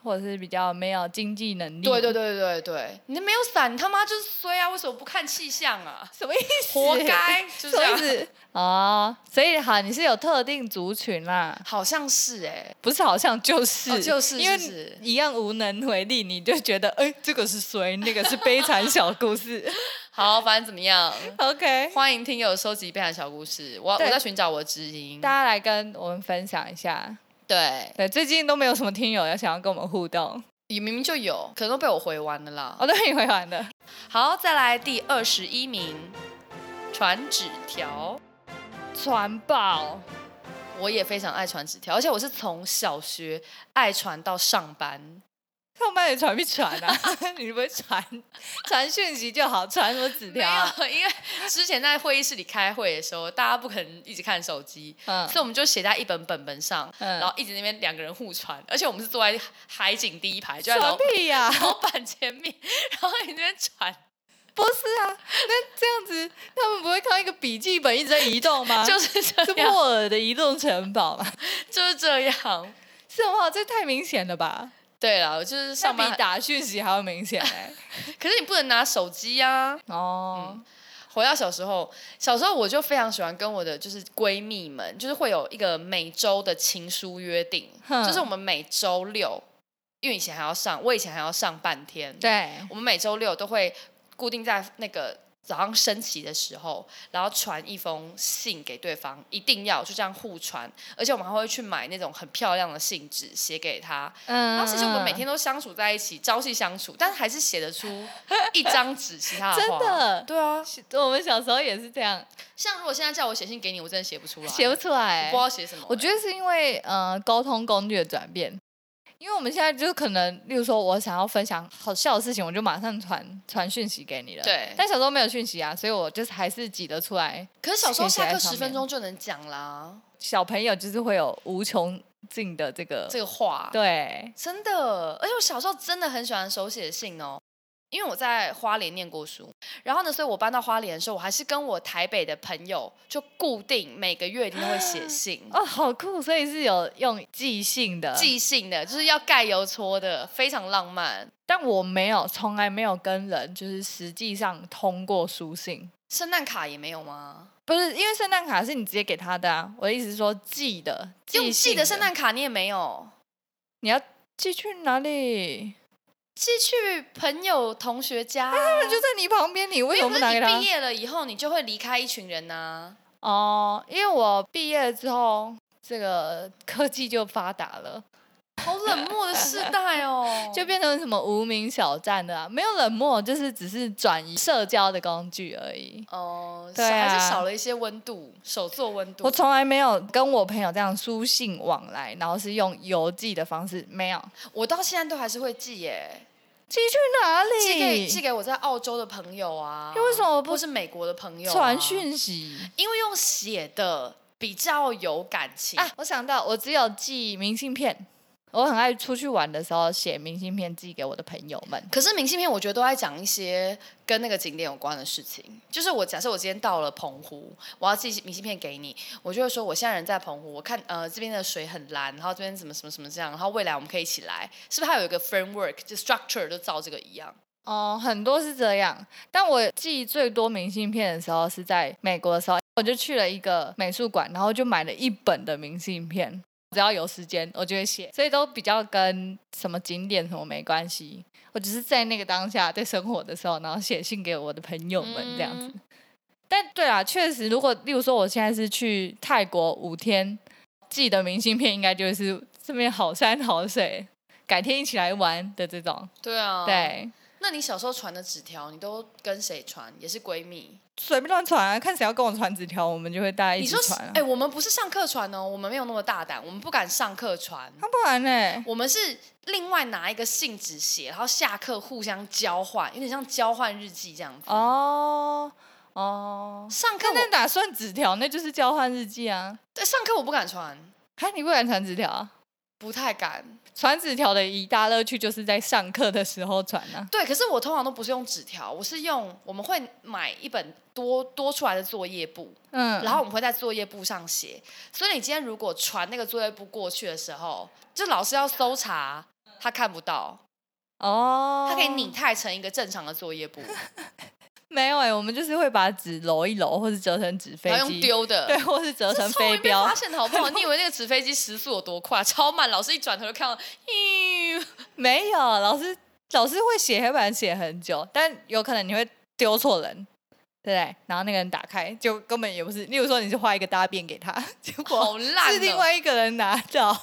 Speaker 2: 或者是比较没有经济能力。
Speaker 1: 对对，对对对，你没有伞，你他妈就是衰啊！为什么不看气象啊？
Speaker 2: 什么意思？
Speaker 1: 活
Speaker 2: (laughs)
Speaker 1: 该，就是这
Speaker 2: 什么意
Speaker 1: 样。
Speaker 2: 思？哦，所以好，你是有特定族群啦，
Speaker 1: 好像是哎、
Speaker 2: 不是好像就是、
Speaker 1: 哦就是
Speaker 2: 因为
Speaker 1: 是是
Speaker 2: 一样无能为力，你就觉得哎、这个是谁？那个是悲惨小故事。
Speaker 1: 好，反正怎么样， (laughs)
Speaker 2: OK，
Speaker 1: 欢迎听友收集悲惨小故事。我我
Speaker 2: 对
Speaker 1: 在寻找我的知音
Speaker 2: 大。家来跟我们分享一下。
Speaker 1: 对，
Speaker 2: 对，最近都没有什么听友要想要跟我们互动。
Speaker 1: 你明明就有，可能都被我回完了啦。
Speaker 2: 哦，对，你 (laughs) 会玩的。
Speaker 1: 好，再来第二十一名，传纸条。
Speaker 2: 传报，
Speaker 1: 我也非常爱传纸条，而且我是从小学爱传到上班。
Speaker 2: 上班也传不传 (laughs) 啊？你不会传传讯息就好，传什么纸条啊？
Speaker 1: 没有，因为之前在会议室里开会的时候，大家不可能一直看手机，
Speaker 2: 嗯
Speaker 1: 所以我们就写在一本本本上，
Speaker 2: 嗯
Speaker 1: 然后一直那边两个人互传，而且我们是坐在海景第一排，就在
Speaker 2: 传啊
Speaker 1: 楼
Speaker 2: 屁呀、
Speaker 1: 老板前面，然后你那边传，
Speaker 2: 不是啊，那这样子他们不会靠一个笔记本一直在移动 (laughs) 吗？
Speaker 1: 就是
Speaker 2: 是
Speaker 1: 啊这样，
Speaker 2: 莫尔的移动城堡嘛？
Speaker 1: 就是这样。
Speaker 2: 是吗？这太明显了吧？
Speaker 1: 对了，我就是上
Speaker 2: 那
Speaker 1: 班
Speaker 2: 比，打讯息还要明显哎、
Speaker 1: 可是你不能拿手机啊。
Speaker 2: (laughs) 哦、
Speaker 1: 回到小时候，小时候我就非常喜欢跟我的就是闺蜜们，就是会有一个每周的情书约定，
Speaker 2: 哼
Speaker 1: 就是我们每周六，因为以前还要上，我以前还要上半天，
Speaker 2: 对，
Speaker 1: 我们每周六都会固定在那个早上升旗的时候，然后传一封信给对方，一定要就这样互传，而且我们还会去买那种很漂亮的信纸写给他。
Speaker 2: 嗯
Speaker 1: 然后其实我们每天都相处在一起，朝夕相处，但是还是写得出一张纸其他的
Speaker 2: (laughs) 真
Speaker 1: 话。
Speaker 2: 的
Speaker 1: 对啊，
Speaker 2: 我们小时候也是这样，
Speaker 1: 像如果现在叫我写信给你，我真的写不出来，
Speaker 2: 写不出
Speaker 1: 我
Speaker 2: 来、
Speaker 1: 不知道写什么、
Speaker 2: 我觉得是因为呃沟通工具的转变，因为我们现在就可能，例如说我想要分享好笑的事情，我就马上传传讯息给你了。
Speaker 1: 对
Speaker 2: 但小时候没有讯息啊，所以我就是还是挤得出来。
Speaker 1: 可是小时候下
Speaker 2: 写
Speaker 1: 课
Speaker 2: 在上
Speaker 1: 十
Speaker 2: 面
Speaker 1: 分钟就能讲啦，
Speaker 2: 小朋友就是会有无穷尽的这个，
Speaker 1: 这个话。
Speaker 2: 对，
Speaker 1: 真的，而且我小时候真的很喜欢手写信哦，因为我在花莲念过书，然后呢，所以我搬到花莲的时候，我还是跟我台北的朋友就固定每个月一定会写信，
Speaker 2: 哦，好酷，所以是有用寄信的，
Speaker 1: 寄信的，就是要盖邮戳的，非常浪漫。
Speaker 2: 但我没有，从来没有跟人就是实际上通过书信，
Speaker 1: 圣诞卡也没有吗？
Speaker 2: 不是因为圣诞卡是你直接给他的啊，我的意思是说寄的，
Speaker 1: 用寄
Speaker 2: 信
Speaker 1: 的圣诞卡你也没有，
Speaker 2: 你要寄去哪里？
Speaker 1: 寄去朋友同学家啊、
Speaker 2: (laughs) 哎就在你旁边，你为什么
Speaker 1: 没有可
Speaker 2: 不
Speaker 1: 是
Speaker 2: 拿
Speaker 1: 你
Speaker 2: 给他 (laughs)
Speaker 1: 毕？业了以后，你就会离开一群人呐、
Speaker 2: 哦，因为我毕业之后，这个科技就发达了，，
Speaker 1: 好冷漠的世代哦
Speaker 2: (laughs) 就变成什么无名小站的、啊，没有冷漠，就是只是转移社交的工具而已。
Speaker 1: 哦，
Speaker 2: 对啊
Speaker 1: 还是少了一些温度，手做温度
Speaker 2: 我。从来没有跟我朋友这样书信往来，然后是用邮寄的方式，没有
Speaker 1: 我到现在都还是会寄耶，
Speaker 2: 寄去哪里？
Speaker 1: 寄给寄给我在澳洲的朋友啊，
Speaker 2: 为什么不
Speaker 1: 或是美国的朋友啊
Speaker 2: 传？讯息
Speaker 1: 因为用写的比较有感情
Speaker 2: 啊！我想到，我只有寄明信片。我很爱出去玩的时候写明信片寄给我的朋友们。
Speaker 1: 可是明信片，我觉得都在讲一些跟那个景点有关的事情。就是我假设我今天到了澎湖，我要寄明信片给你，我就会说我现在人在澎湖，我看呃这边的水很蓝，然后这边怎么什么什么这样，然后未来我们可以一起来，是不是？它有一个 framework，就 structure 就照这个一样。
Speaker 2: 哦，很多是这样，但我寄最多明信片的时候是在美国的时候，我就去了一个美术馆，然后就买了一本的明信片，只要有时间我就会写，所以都比较跟什么景点什么没关系，我只是在那个当下在生活的时候，然后写信给我的朋友们这样子。
Speaker 1: 嗯
Speaker 2: 但对啊，确实，如果例如说我现在是去泰国五天，寄的明信片应该就是这边好山好水，改天一起来玩的这种，
Speaker 1: 对啊，。
Speaker 2: 对。
Speaker 1: 那你小时候传的纸条，你都跟谁传？也是闺蜜？
Speaker 2: 随便乱传啊，看谁要跟我传纸条，我们就会大家一
Speaker 1: 你
Speaker 2: 起
Speaker 1: 说是
Speaker 2: 传、啊。
Speaker 1: 哎、我们不是上课传哦，我们没有那么大胆，我们不敢上课
Speaker 2: (laughs)
Speaker 1: 传。
Speaker 2: 啊那、不然呢、
Speaker 1: 我们是另外拿一个信纸写，然后下课互相交换，有点像交换日记这样子。
Speaker 2: 哦哦，
Speaker 1: 上课
Speaker 2: 那那
Speaker 1: 我
Speaker 2: 哪算纸条？那就是交换日记啊。
Speaker 1: 对上课我不敢传，
Speaker 2: 哎，你不敢传纸条啊？
Speaker 1: 不太敢。
Speaker 2: 传纸条的一大乐趣就是在上课的时候传啊。
Speaker 1: 对，可是我通常都不是用纸条，我是用我们会买一本多多出来的作业簿，
Speaker 2: 嗯，
Speaker 1: 然后我们会在作业簿上写。所以你今天如果传那个作业簿过去的时候，就老师要搜查，他看不到，
Speaker 2: 哦，
Speaker 1: 他可以拟态成一个正常的作业簿，
Speaker 2: 没有哎、我们就是会把纸揉一揉，或是折成纸飞
Speaker 1: 然后用
Speaker 2: 机，
Speaker 1: 丢的。
Speaker 2: 对，或是折
Speaker 1: 这
Speaker 2: 成
Speaker 1: 超容
Speaker 2: 飞
Speaker 1: 易被
Speaker 2: 镖
Speaker 1: 发，现的好不好？你以为那个纸飞机时速有多快？超慢，老师一转头就看到，
Speaker 2: (laughs)
Speaker 1: 咦，
Speaker 2: 没有，老师老师会写黑板写很久，但有可能你会丢错人，对不对？然后那个人打开，就根本也不是。例如说，你是画一个大便给他， (laughs) 结果
Speaker 1: 好烂、哦！
Speaker 2: 是另外一个人拿到，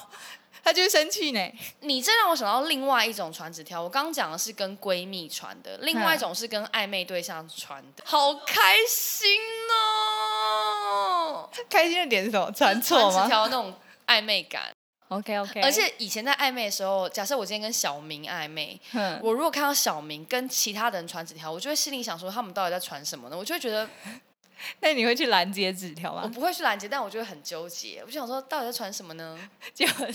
Speaker 2: 他就会生气呢。
Speaker 1: 你这让我想到另外一种传纸条。我刚刚讲的是跟闺蜜传的，另
Speaker 2: 嗯
Speaker 1: 外一种是跟暧昧对象传的，好开心哦！
Speaker 2: 开心的点是什么？传 (laughs) 错
Speaker 1: 传纸
Speaker 2: 吗
Speaker 1: 条的那种暧昧感，
Speaker 2: ？OK OK，
Speaker 1: 而且以前在暧昧的时候，假设我今天跟小明暧昧，
Speaker 2: 嗯
Speaker 1: 我如果看到小明跟其他的人传纸条，我就会心里想说他们到底在传什么呢？我就会觉得
Speaker 2: 那你会去拦截纸条
Speaker 1: 我
Speaker 2: 吗？
Speaker 1: 不会去拦截，但我就会很纠结，我就想说到底在传什么呢？
Speaker 2: 结果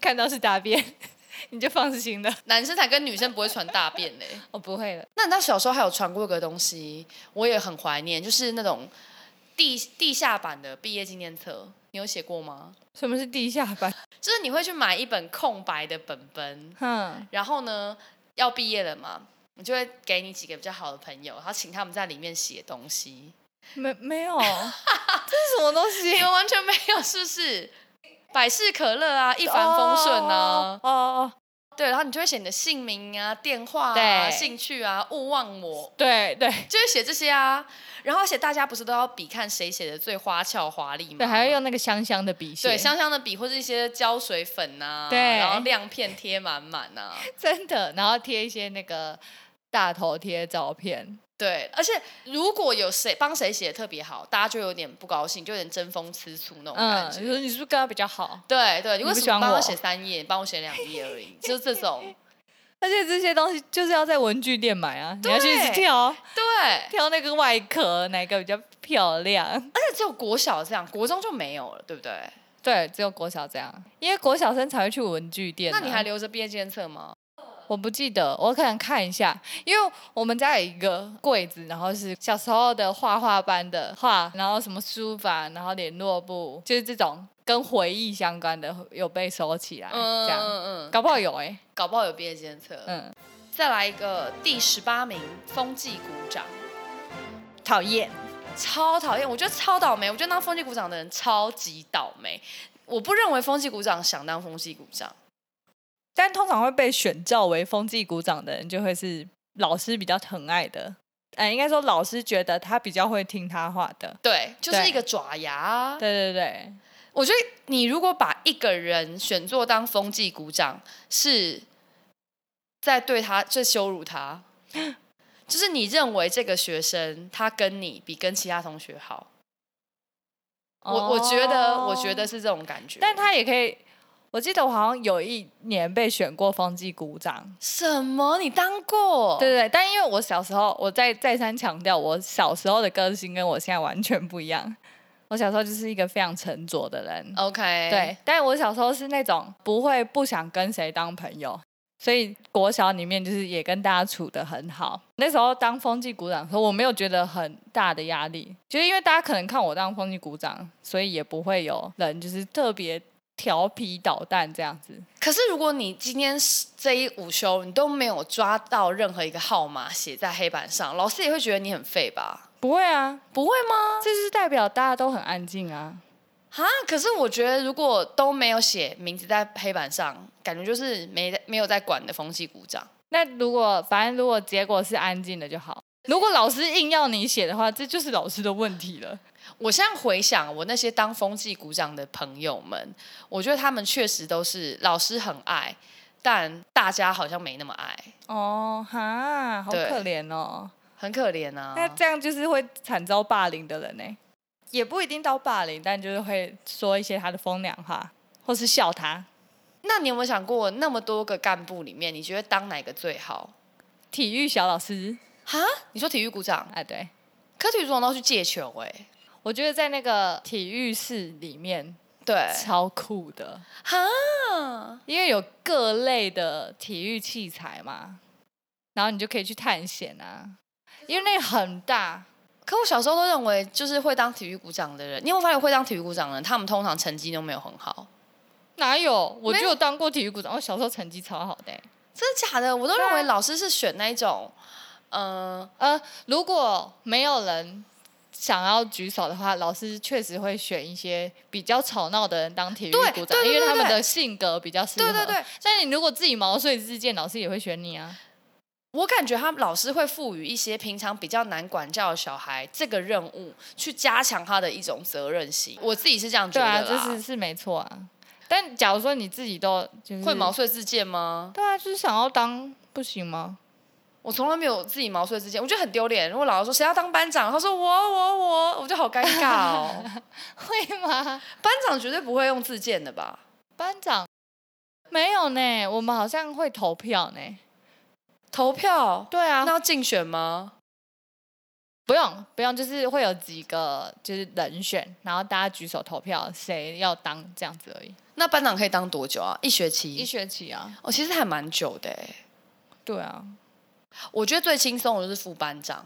Speaker 2: 看到是大便， (laughs) 你就放心了。
Speaker 1: (laughs) 男生才跟女生不会传大便嘞、
Speaker 2: 我不会了。
Speaker 1: (laughs) 那你知道小时候还有传过一个东西，我也很怀念，就是那种地地下版的毕业纪念册，你有写过吗？
Speaker 2: 什么是地下版？
Speaker 1: 就是你会去买一本空白的本本，
Speaker 2: 哼，
Speaker 1: 然后呢要毕业了嘛，你就会给你几个比较好的朋友，然后请他们在里面写东西。
Speaker 2: 没没 (laughs) 有，这是什么东西
Speaker 1: 你？们完全没有，是不是？百事可乐啊，
Speaker 2: 哦
Speaker 1: 一帆风顺啊
Speaker 2: 哦哦哦，哦
Speaker 1: 对，然后你就会写你的姓名啊、电话啊、
Speaker 2: 对
Speaker 1: 兴趣啊，勿忘我，
Speaker 2: 对对，
Speaker 1: 就是写这些啊，然后而且大家不是都要比看谁写的最花俏华丽吗？
Speaker 2: 对，还要用那个香香的笔芯。
Speaker 1: 对香香的笔或者一些胶水粉呐、
Speaker 2: 对
Speaker 1: 然后亮片贴满满啊呐、
Speaker 2: 真的，然后贴一些那个大头贴照片。
Speaker 1: 对，而且如果有谁帮谁写的特别好，大家就有点不高兴，就有点争风吃醋那种
Speaker 2: 嗯，
Speaker 1: 感觉。
Speaker 2: 你说你是不是跟他比较好？
Speaker 1: 对对，你
Speaker 2: 你
Speaker 1: 为
Speaker 2: 不
Speaker 1: 什
Speaker 2: 喜
Speaker 1: 么
Speaker 2: 欢
Speaker 1: 帮我
Speaker 2: 我
Speaker 1: 写三页，你帮我写两页而已，就是这种。
Speaker 2: 而且这些东西就是要在文具店买啊，你要去一直
Speaker 1: 对
Speaker 2: 挑
Speaker 1: 对，而
Speaker 2: 挑那个外壳，哪个比较漂 (laughs) 亮？
Speaker 1: 且只有国小这样，国中就没有了，对不对？
Speaker 2: 对，只有国小这样，因为国小生才会去文具店啊、
Speaker 1: 那你还留着毕业纪念册吗？
Speaker 2: 我不记得，我可能看一下，因为我们家有一个柜子，然后是小时候的画画班的画，然后什么书法，然后联络簿，就是这种跟回忆相关的有被收起来，
Speaker 1: 嗯
Speaker 2: 这样
Speaker 1: 嗯嗯，
Speaker 2: 搞不好有哎、
Speaker 1: 搞不好有毕业纪念册。
Speaker 2: 嗯，
Speaker 1: 再来一个第十八名，风纪股长，
Speaker 2: 讨厌，
Speaker 1: 超讨厌，我觉得超倒霉，我觉得当风纪股长的人超级倒霉。我不认为风纪股长想当风纪股长，
Speaker 2: 但通常会被选召为风纪股长的人，就会是老师比较疼爱的。呃，应该说老师觉得他比较会听他话的。
Speaker 1: 对，就是
Speaker 2: 对
Speaker 1: 一个爪牙啊。
Speaker 2: 对对对，
Speaker 1: 我觉得你如果把一个人选作当风纪鼓掌，是在对他，在羞辱 (gasps) 他。就是你认为这个学生他跟你比跟其他同学好，我我觉得我觉得
Speaker 2: 哦，
Speaker 1: 是这种感觉。
Speaker 2: 但他也可以。我记得我好像有一年被选过风纪鼓掌，
Speaker 1: 什么？你当过？
Speaker 2: 对对对，但因为我小时候，我再再三强调，我小时候的个性跟我现在完全不一样。我小时候就是一个非常沉着的人，
Speaker 1: ，OK，
Speaker 2: 对，但我小时候是那种不会不想跟谁当朋友，所以国小里面就是也跟大家处的很好。那时候当风纪鼓掌的时候，我没有觉得很大的压力，就是因为大家可能看我当风纪鼓掌，所以也不会有人就是特别调皮捣蛋这样子。
Speaker 1: 可是如果你今天是这一午休你都没有抓到任何一个号码写在黑板上，老师也会觉得你很废吧？
Speaker 2: 不会啊，
Speaker 1: 不会吗？
Speaker 2: 这就是代表大家都很安静啊。
Speaker 1: 哈，可是我觉得如果都没有写名字在黑板上，感觉就是没没有在管的风气鼓掌。
Speaker 2: 那如果反正如果结果是安静的就好。如果老师硬要你写的话，这就是老师的问题了。
Speaker 1: 我现在回想我那些当风纪鼓掌的朋友们，我觉得他们确实都是老师很爱，但大家好像没那么爱，
Speaker 2: 哦，哈，好
Speaker 1: 对
Speaker 2: 可怜哦。
Speaker 1: 很可怜啊。
Speaker 2: 那这样就是会惨遭霸凌的人呢、也不一定到霸凌，但就是会说一些他的风凉话，或是笑他。
Speaker 1: 那你有没有想过，那么多个干部里面，你觉得当哪个最好？
Speaker 2: 体育小老师，
Speaker 1: 哈，你说体育鼓掌，
Speaker 2: 哎，对，
Speaker 1: 可体育总都要去借球哎、
Speaker 2: 我觉得在那个体育室里面
Speaker 1: 对，
Speaker 2: 超酷的，
Speaker 1: 哈，
Speaker 2: 因为有各类的体育器材嘛，然后你就可以去探险啊，因为那个很大，
Speaker 1: 可我小时候都认为，就是会当体育鼓掌的人，你有没有发现会当体育鼓掌的人，他们通常成绩都没有很好，
Speaker 2: 哪有？我
Speaker 1: 没
Speaker 2: 就有当过体育股长，我小时候成绩超好的欸、
Speaker 1: 真的假的？我都认为老师是选那一种，嗯、
Speaker 2: 呃，如果没有人想要举手的话，老师确实会选一些比较吵闹的人当体育
Speaker 1: 对
Speaker 2: 股长
Speaker 1: 对，对
Speaker 2: 因为他
Speaker 1: 对
Speaker 2: 们
Speaker 1: 对
Speaker 2: 的性格比较适合。
Speaker 1: 对对对，
Speaker 2: 但你如果自己毛遂自荐，老师也会选你啊。
Speaker 1: 我感觉他们老师会赋予一些平常比较难管教的小孩这个任务，去加强他的一种责任心。我自己是这样觉
Speaker 2: 对
Speaker 1: 得
Speaker 2: 啊，
Speaker 1: 啦。
Speaker 2: 这是是没错啊。但假如说你自己都就是
Speaker 1: 会毛，遂自荐吗？
Speaker 2: 对啊，就是想要当不行吗？
Speaker 1: 我从来没有自己毛遂自荐，我觉得很丢脸。如果老师说谁要当班长，他说我我我，我就好尴尬哦。
Speaker 2: (laughs)
Speaker 1: (laughs)
Speaker 2: 会吗？
Speaker 1: 班长绝对不会用自荐的吧？
Speaker 2: 班长没有呢，我们好像会投票呢。
Speaker 1: 投票
Speaker 2: 对啊，
Speaker 1: 那要竞选吗？
Speaker 2: 不用不用，就是会有几个就是人选，然后大家举手投票谁要当这样子而已。
Speaker 1: 那班长可以当多久啊？一学
Speaker 2: 一
Speaker 1: 期？
Speaker 2: 学期啊，
Speaker 1: 哦，其实还蛮久的欸。
Speaker 2: 对啊，
Speaker 1: 我觉得最轻松的就是副班长，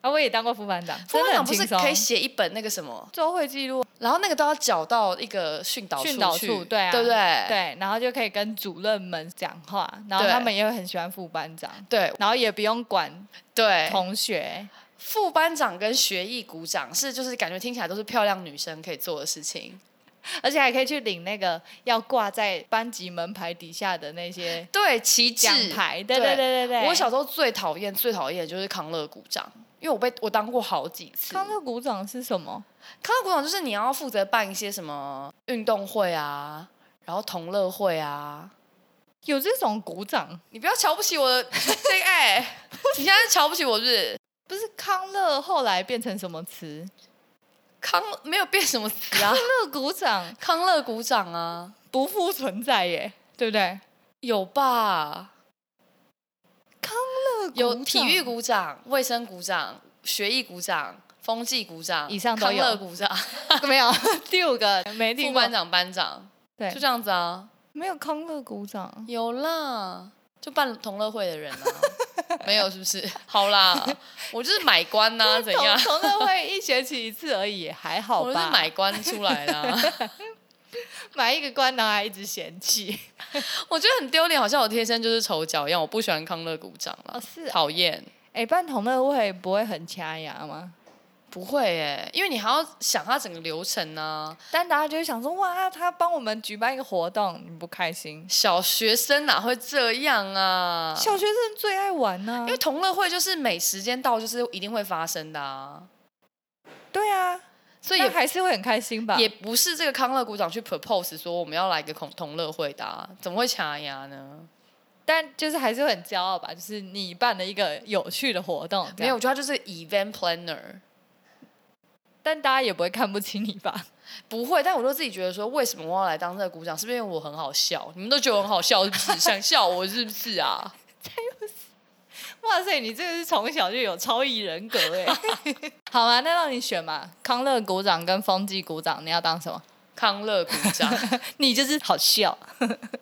Speaker 2: 啊我也当过副班长，
Speaker 1: 副班
Speaker 2: 真的
Speaker 1: 长
Speaker 2: 很
Speaker 1: 不是
Speaker 2: 轻松
Speaker 1: 可以写一本那个什么，
Speaker 2: 周会记录，
Speaker 1: 然后那个都要缴到一个训导
Speaker 2: 训导
Speaker 1: 去
Speaker 2: 处对啊
Speaker 1: 对不对？
Speaker 2: 对，然后就可以跟主任们讲话，然后
Speaker 1: 欸对
Speaker 2: 他们也会很喜欢副班长，
Speaker 1: 对
Speaker 2: 然后也不用管
Speaker 1: 对
Speaker 2: 同学，
Speaker 1: 副班长跟学艺鼓掌是就是感觉听起来都是漂亮女生可以做的事情。
Speaker 2: 而且还可以去领那个要挂在班级门牌底下的那些
Speaker 1: 对，旗帜
Speaker 2: 奖。牌。对对对对对，
Speaker 1: 我小时候最讨厌最讨厌的就是康乐鼓掌，因为我被我当过好几次。
Speaker 2: 康乐鼓掌是什么？
Speaker 1: 康乐鼓掌就是你要负责办一些什么运动会啊，然后同乐会啊。
Speaker 2: 有这种鼓掌？
Speaker 1: 你不要瞧不起我的 (laughs) 这个哎、你现在是瞧不起我是不是？
Speaker 2: 不是康乐后来变成什么词？
Speaker 1: 康没有变什么词啊，
Speaker 2: 乐鼓掌
Speaker 1: 康乐鼓掌啊，
Speaker 2: 不复存在耶，对不对？
Speaker 1: 有吧？
Speaker 2: 乐
Speaker 1: 有体育鼓掌、卫生鼓掌、学艺鼓掌、风纪鼓掌，
Speaker 2: 以上都
Speaker 1: 康
Speaker 2: 有
Speaker 1: 乐鼓
Speaker 2: (laughs)
Speaker 1: 掌、
Speaker 2: 没有六个没
Speaker 1: 副
Speaker 2: 听过
Speaker 1: 班，长、班长，
Speaker 2: 对
Speaker 1: 就，这样子啊。
Speaker 2: 没有康乐鼓掌。
Speaker 1: 有啦，就办同乐会的
Speaker 2: (laughs)
Speaker 1: 人啊，没有是不是？好啦，我就是买官
Speaker 2: (laughs)
Speaker 1: 呐、怎样？
Speaker 2: 同乐会一学期一次而已，还
Speaker 1: 哎
Speaker 2: 好
Speaker 1: 我就是
Speaker 2: 吧？
Speaker 1: 买官出来啊啦、
Speaker 2: 买一个官，然后还一直嫌 (laughs) 弃。
Speaker 1: (laughs) 我觉得很丢脸，好像我贴身就是丑角一样，我不喜欢康乐鼓掌啦，
Speaker 2: 哦是哦
Speaker 1: 讨厌。
Speaker 2: 哎，办同乐会不会很掐牙吗？
Speaker 1: 不会哎，因为你还要想它整个流程啊呢、
Speaker 2: 但大家就会想说，哇，他帮我们举办一个活动，你不开心？
Speaker 1: 小学生哪会这样啊？
Speaker 2: 小学生最爱玩呢、
Speaker 1: 因为同乐会就是每时间到就是一定会发生的啊，
Speaker 2: 对啊，
Speaker 1: 所以
Speaker 2: 那
Speaker 1: 也
Speaker 2: 还是会很开心吧？
Speaker 1: 也不是这个康乐股长去 propose 说我们要来个同同乐会的、啊，怎么会卡牙呢？
Speaker 2: 但就是还是会很骄傲吧，就是你办了一个有趣的活动，这
Speaker 1: 没
Speaker 2: 样
Speaker 1: 有，我，觉得他就是 event planner，
Speaker 2: 但大家也不会看不起你 (laughs) 吧？
Speaker 1: 不会。但我就自己觉得说，为什么我要来当这个股长？是不是因为我很好笑？你们都觉得我很好笑是不是？想笑我是不是啊？ (laughs)
Speaker 2: 哇塞，你这个是从小就有超艺人格 (laughs) 哎！好啊，那让你选嘛，康乐鼓掌跟风纪鼓掌，你要当什么？
Speaker 1: 康乐股长，
Speaker 2: 你就是好笑，
Speaker 1: (laughs)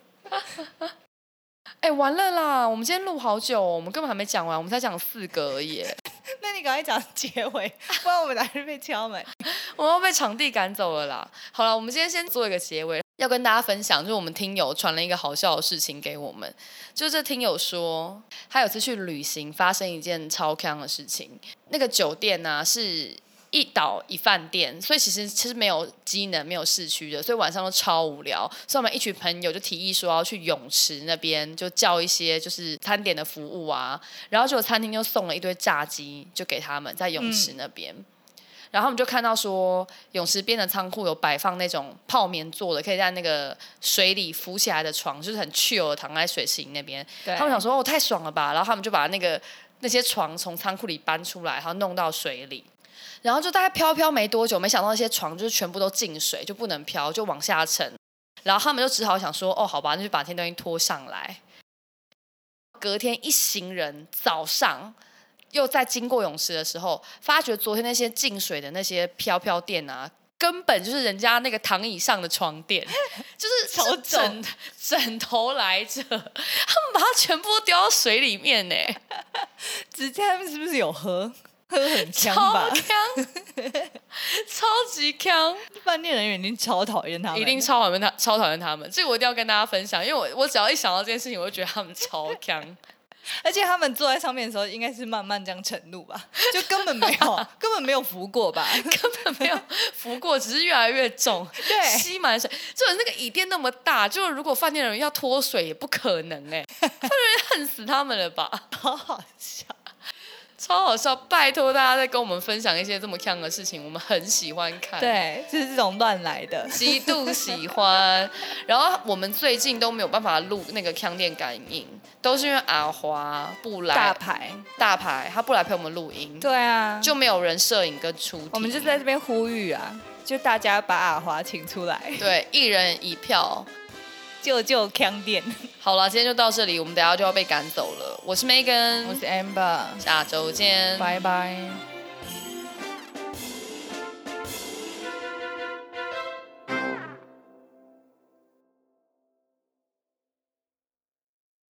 Speaker 1: 哎、完了啦！我们今天录好久、哦，我们根本还没讲完，我们才讲四个而已。
Speaker 2: (laughs) 那你赶快讲结尾，不然我们哪日被敲门。
Speaker 1: (laughs) 我要被场地赶走了啦。好了，我们今天先做一个结尾，要跟大家分享，就是我们听友传了一个好笑的事情给我们。就这听友说，他有次去旅行，发生一件超坑的事情。那个酒店呢、是一岛一饭店，所以其实其实没有机能，没有市区的，所以晚上都超无聊。所以我们一群朋友就提议说要去泳池那边，就叫一些就是餐点的服务啊，然后就餐厅就送了一堆炸鸡，就给他们在泳池那边。然后我们就看到说，泳池边的仓库有摆放那种泡棉做的，可以在那个水里浮起来的床，就是很 chill 地躺在水池那边。
Speaker 2: 对，
Speaker 1: 他们想说哦太爽了吧，然后他们就把那个那些床从仓库里搬出来，然后弄到水里，然后就大概飘飘没多久，没想到那些床就是全部都进水，就不能飘，就往下沉。然后他们就只好想说哦好吧，那就把那些东西拖上来。隔天一行人早上。又在经过泳池的时候，发觉昨天那些进水的那些飘飘垫啊，根本就是人家那个躺椅上的床垫， (laughs) 就是
Speaker 2: 超
Speaker 1: 是枕枕头来着。把它全部丢到水里面欸呢、
Speaker 2: 直接他们是不是有喝？喝很强
Speaker 1: 超
Speaker 2: 吧
Speaker 1: 坑， (laughs) 超级坑，
Speaker 2: 饭店人员已经超讨厌他们，
Speaker 1: 一定超讨厌他，超讨厌他们。这个我一定要跟大家分享，因为我我只要一想到这件事情，我就觉得他们超坑。
Speaker 2: 而且他们坐在上面的时候，应该是慢慢这样沉入吧，就根本没 (laughs) 有，根本没有浮过吧？
Speaker 1: 根本 (laughs) 没有浮过，只是越来越重，
Speaker 2: 对
Speaker 1: 吸满水。就是那个椅垫那么大，就是如果饭店的人要脱水也不可能
Speaker 2: (laughs)
Speaker 1: 哎、饭店人恨死他们了吧？
Speaker 2: 好好笑。
Speaker 1: 超好笑，拜托大家再跟我们分享一些这么坑的事情，我们很喜欢看。
Speaker 2: 对，就是这种乱来的。
Speaker 1: 极度喜欢。然后我们最近都没有办法录那个腔电感应，都是因为阿华不来，
Speaker 2: 大牌，
Speaker 1: 大牌他不来陪我们录音，
Speaker 2: 对啊，
Speaker 1: 就没有人摄影跟出题。
Speaker 2: 我们就在这边呼吁啊，就大家把阿华请出来，
Speaker 1: 对一人一票。
Speaker 2: 救救康店。
Speaker 1: 好了，今天就到这里， (laughs) 我们等一下就要被赶走了。我是 Megan，
Speaker 2: Amber，
Speaker 1: 下周见，
Speaker 2: 拜。